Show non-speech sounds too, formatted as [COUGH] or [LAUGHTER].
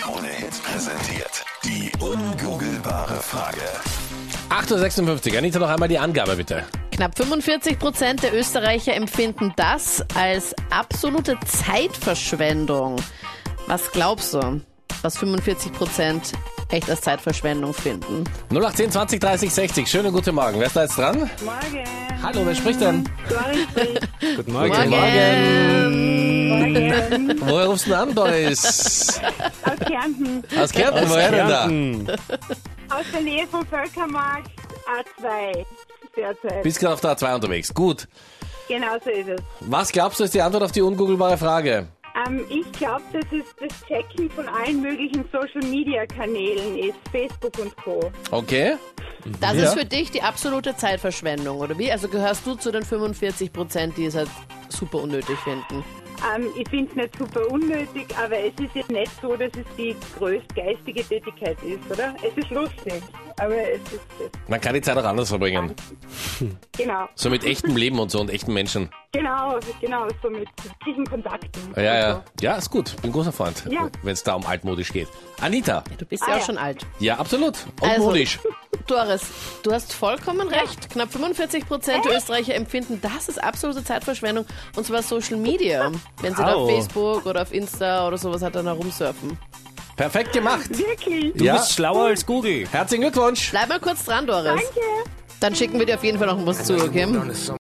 Krone Hits präsentiert. Die ungoogelbare Frage. 8.56 Uhr. Anita, noch einmal die Angabe bitte. Knapp 45 Prozent der Österreicher empfinden das als absolute Zeitverschwendung. Was glaubst du, was 45 Prozent echt als Zeitverschwendung finden? 0810 20 30 60. Schönen guten Morgen. Wer ist da jetzt dran? Morgen. Hallo, wer spricht denn? Doris spricht. Guten Morgen. Morgen. Woher rufst du denn an, [LAUGHS] Doris? Aus Kärnten. Aus Kärnten, woher denn da? Aus der Nähe vom Völkermarkt A2. Derzeit. Bist gerade auf der A2 unterwegs. Gut. Genau so ist es. Was glaubst du ist die Antwort auf die ungoogelbare Frage? Ähm, ich glaube, dass es das Checken von allen möglichen Social-Media-Kanälen ist. Facebook und Co. Okay. Das Ja. ist für dich die absolute Zeitverschwendung, oder wie? Also gehörst du zu den 45 Prozent, die es halt super unnötig finden? Ähm, ich finde es nicht super unnötig, aber es ist jetzt nicht so, dass es die größte geistige Tätigkeit ist, oder? Es ist lustig, aber es ist... Es, Man kann die Zeit auch anders verbringen. genau, So mit echtem Leben und so und echten Menschen. genau, genau, so mit wirklichen Kontakten. Ja, ja. Ja, ist gut. Bin großer Freund, Ja. wenn es da um altmodisch geht. Anita. Du bist Ah, ja auch ja. schon alt. Ja, absolut. Also- Altmodisch. Doris, du hast vollkommen recht. Knapp 45 Prozent der Österreicher empfinden, das ist absolute Zeitverschwendung. Und zwar Social Media. Wenn sie da auf Au. Facebook oder auf Insta oder sowas halt dann herumsurfen. Perfekt gemacht. Also, Wirklich? Du Ja. bist schlauer als Google. Herzlichen Glückwunsch. Bleib mal kurz dran, Doris. Danke. Dann schicken wir dir auf jeden Fall noch was zu, okay?